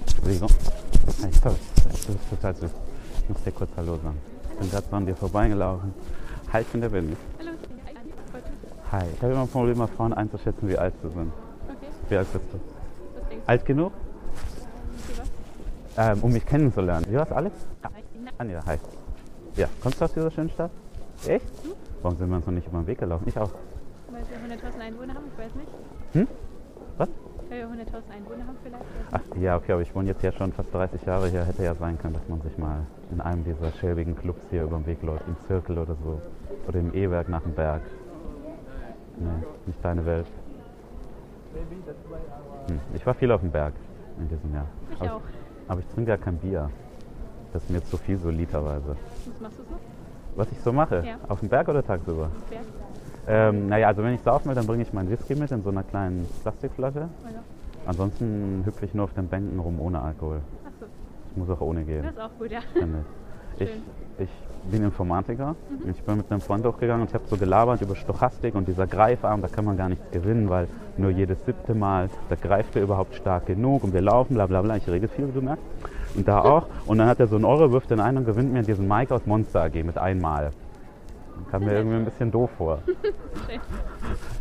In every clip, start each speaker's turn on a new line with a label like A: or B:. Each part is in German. A: Entschuldigung. Hey, sorry, das ist total süß. Ich muss dir kurz Hallo sagen. Ich bin gerade an dir vorbeigelaufen. Hi, ich bin der Willi.
B: Hallo, ich bin Heidi. Freut mich.
A: Hi. Ich habe immer Probleme, Frauen einzuschätzen, wie alt sie sind.
B: Okay,
A: Wie alt bist du?
B: was denkst
A: Alt genug?
B: du für was?
A: Ähm, um mich kennenzulernen. Wie war's, Alex? Ah,
B: Nein,
A: Anja, hi. Ja, kommst du aus dieser schönen Stadt? Echt? Warum sind wir uns noch nicht über den Weg gelaufen? Ich auch.
B: weil wir 100.000 Einwohner haben, ich weiß nicht.
A: Hm? Was?
B: Weil wir 100.000 Einwohner haben vielleicht.
A: Ach, ja, okay, aber ich wohne jetzt ja schon fast 30 Jahre hier. Hätte ja sein können, dass man sich mal in einem dieser schäbigen Clubs hier über den Weg läuft, im Zirkel oder so. Oder im E-Werk nach dem Berg. Nee, nicht deine Welt. Hm, ich war viel auf dem Berg in diesem Jahr.
B: Ich
A: aber
B: auch.
A: Ich, aber ich trinke ja kein Bier. Das ist mir zu viel, so literweise.
B: Was machst du so?
A: Was ich so mache?
B: Ja.
A: Auf dem Berg oder tagsüber?
B: Berg?
A: Ähm, naja, also wenn ich saufen will, dann bringe ich meinen Whisky mit in so einer kleinen Plastikflasche.
B: Oder?
A: Ansonsten hüpfe ich nur auf den Bänken rum ohne Alkohol.
B: Achso,
A: Ich muss auch ohne gehen.
B: das ist auch gut, ja.
A: Dennis. Ich,
B: Schön.
A: ich bin Informatiker. Ich bin mit einem Freund hochgegangen und ich habe so gelabert über Stochastik und dieser Greifarm, da kann man gar nichts gewinnen, weil nur jedes siebte Mal, da greift er überhaupt stark genug und wir laufen, bla bla bla. Ich rede viel, wie du merkst. Und da auch. Und dann hat er so einen Euro, wirft den ein und gewinnt mir diesen Mike aus Monster AG mit einmal. Kam mir irgendwie ein bisschen doof vor.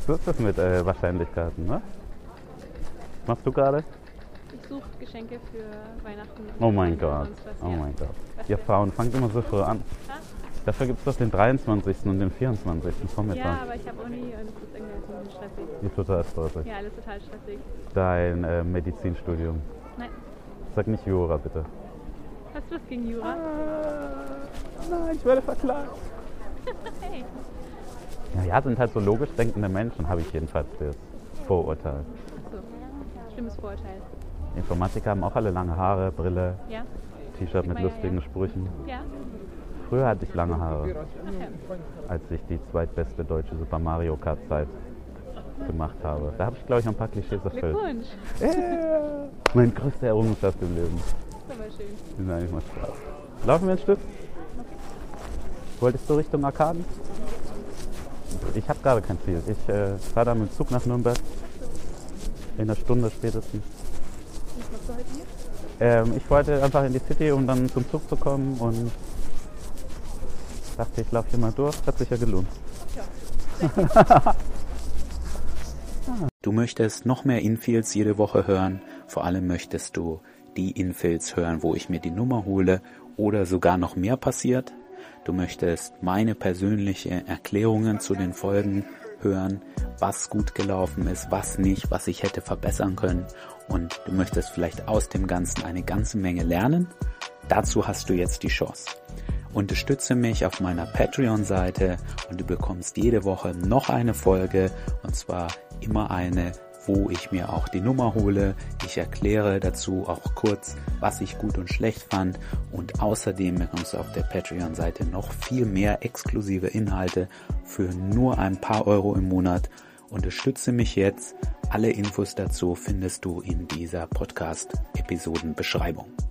A: so ist das mit äh, Wahrscheinlichkeiten, ne? Was machst du gerade?
B: Ich suche Geschenke für Weihnachten.
A: Oh mein
B: und
A: Gott.
B: sonst was,
A: Oh
B: ja.
A: mein Gott.
B: Was
A: Ihr
B: denn?
A: Frauen, fangt immer so früh an.
B: Ah,
A: Dafür gibt es doch den 23. und den 24. Vormittag.
B: Ja, aber ich habe Uni und es ist irgendwie ein bisschen stressig.
A: Ist total stressig.
B: Ja, alles total stressig.
A: Dein äh, Medizinstudium.
B: Nein,
A: Sag nicht Jura, bitte.
B: hast du was gegen Jura?
A: nein, ich werde verklagt.
B: Hey,
A: Naja, sind halt so logisch denkende Menschen, habe ich jedenfalls das Vorurteil.
B: achso. Schlimmes Vorurteil.
A: Informatiker haben auch alle lange Haare, Brille,
B: Ja?
A: T-Shirt mit
B: man ja,
A: lustigen
B: ja.
A: Sprüchen.
B: Ja?
A: Früher hatte ich lange Haare,
B: Ach ja.
A: als ich die zweitbeste deutsche Super Mario Kart Zeit gemacht habe. Da habe ich, glaube ich, ein paar Klischees erfüllt.
B: Glückwunsch.
A: Äh, Meine größte Errungenschaft im Leben.
B: Das ist aber schön.
A: Nein, ich mach Spaß. Laufen wir ein Stück? Wolltest du Richtung Arkaden? Ich habe gerade kein Ziel. Ich äh, fahre dann mit dem Zug nach Nürnberg. In einer Stunde spätestens.
B: Was machst du heute hier?
A: Ähm, ich wollte einfach in die City, um dann zum Zug zu kommen und dachte, ich laufe hier mal durch. Hat sich ja gelohnt.
C: Du möchtest noch mehr Infills jede Woche hören. Vor allem möchtest du die Infills hören, wo ich mir die Nummer hole oder sogar noch mehr passiert. Du möchtest meine persönliche Erklärungen zu den Folgen hören, was gut gelaufen ist, was nicht, was ich hätte verbessern können. Und du möchtest vielleicht aus dem Ganzen eine ganze Menge lernen. Dazu hast du jetzt die Chance. Unterstütze mich auf meiner Patreon-Seite und du bekommst jede Woche noch eine Folge und zwar immer eine, wo ich mir auch die Nummer hole. Ich erkläre dazu auch kurz, was ich gut und schlecht fand und außerdem bekommst du auf der Patreon-Seite noch viel mehr exklusive Inhalte für nur ein paar Euro im Monat. Unterstütze mich jetzt. Alle Infos dazu findest du in dieser Podcast-Episodenbeschreibung.